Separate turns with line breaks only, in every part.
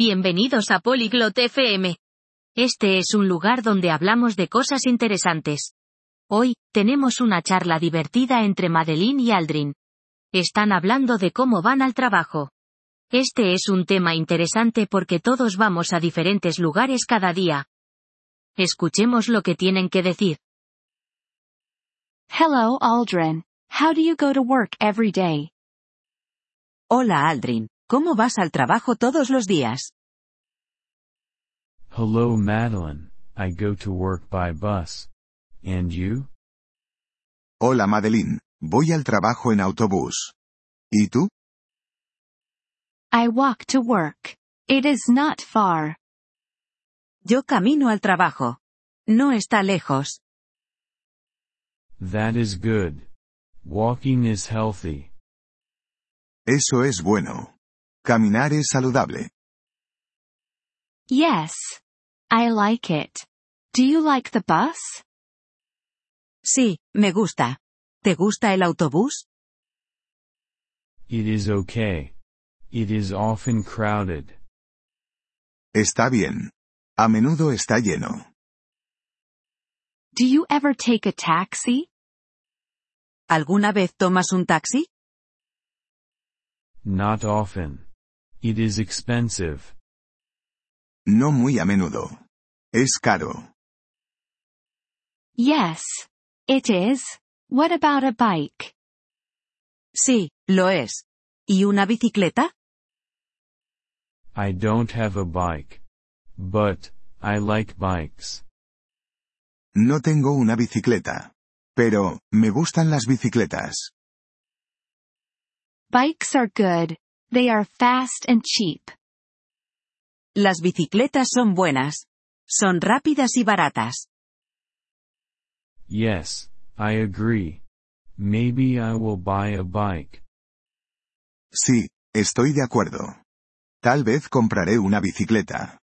Bienvenidos a Polyglot FM. Este es un lugar donde hablamos de cosas interesantes. Hoy, tenemos una charla divertida entre Madeline y Aldrin. Están hablando de cómo van al trabajo. Este es un tema interesante porque todos vamos a diferentes lugares cada día. Escuchemos lo que tienen que decir.
Hello, Aldrin. How do you go to work every day?
Hola Aldrin, ¿cómo vas al trabajo todos los días?
Hello Madeline, I go to work by bus. And you?
Hola Madeline, voy al trabajo en autobús. ¿Y tú?
I walk to work. It is not far.
Yo camino al trabajo. No está lejos.
That is good. Walking is healthy.
Eso es bueno. Caminar es saludable.
Yes. I like it. Do you like the bus?
Sí, me gusta. ¿Te gusta el autobús?
It is okay. It is often crowded.
Está bien. A menudo está lleno.
Do you ever take a taxi?
¿Alguna vez tomas un taxi?
Not often. It is expensive.
No muy a menudo. Es caro.
Yes. It is. What about a bike?
Sí, lo es. ¿Y una bicicleta?
I don't have a bike. But, I like bikes.
No tengo una bicicleta. Pero, me gustan las bicicletas.
Bikes are good. They are fast and cheap.
Las bicicletas son buenas. Son rápidas y baratas.
Yes, I agree. Maybe I will buy a bike.
Sí, estoy de acuerdo. Tal vez compraré una bicicleta.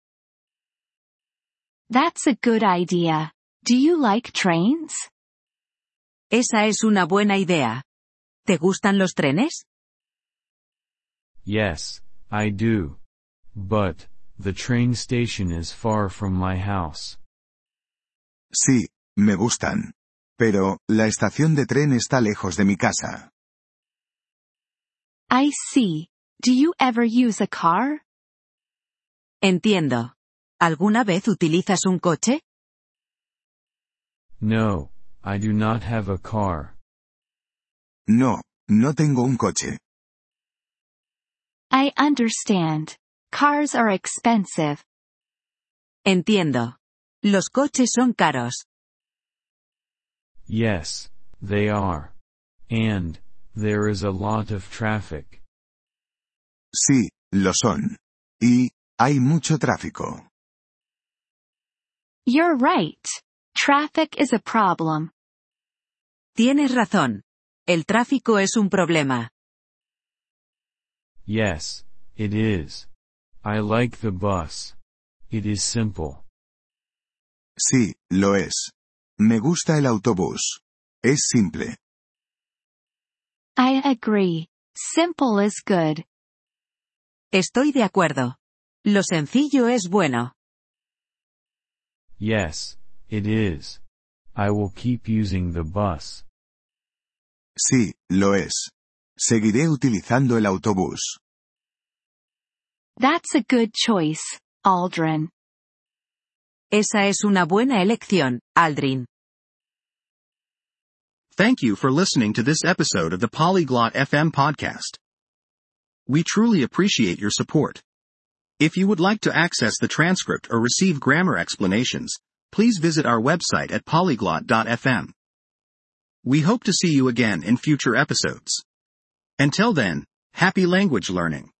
That's a good idea. Do you like trains?
Esa es una buena idea. ¿Te gustan los trenes?
Yes, I do. But, the train station is far from my house.
Sí, me gustan. Pero, la estación de tren está lejos de mi casa.
I see. Do you ever use a car?
Entiendo. ¿Alguna vez utilizas un coche?
No, I do not have a car.
No, no tengo un coche.
I understand. Cars are expensive.
Entiendo. Los coches son caros.
Yes, they are. And, there is a lot of traffic.
Sí, lo son. Y, hay mucho tráfico.
You're right. Traffic is a problem.
Tienes razón. El tráfico es un problema.
Yes, it is. I like the bus. It is simple.
Sí, lo es. Me gusta el autobús. Es simple.
I agree. Simple is good.
Estoy de acuerdo. Lo sencillo es bueno.
Yes, it is. I will keep using the bus.
Sí, lo es. Seguiré utilizando el autobús.
That's a good choice, Aldrin.
Esa es una buena elección, Aldrin.
Thank you for listening to this episode of the Polyglot FM podcast. We truly appreciate your support. If you would like to access the transcript or receive grammar explanations, please visit our website at polyglot.fm. We hope to see you again in future episodes. Until then, happy language learning.